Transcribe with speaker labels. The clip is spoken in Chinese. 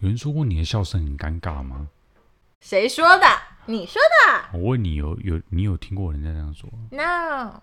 Speaker 1: 有人说过你的笑声很尴尬吗？
Speaker 2: 谁说的？你说的
Speaker 1: 我问你有有你有听过人家这样说吗？
Speaker 2: ？No，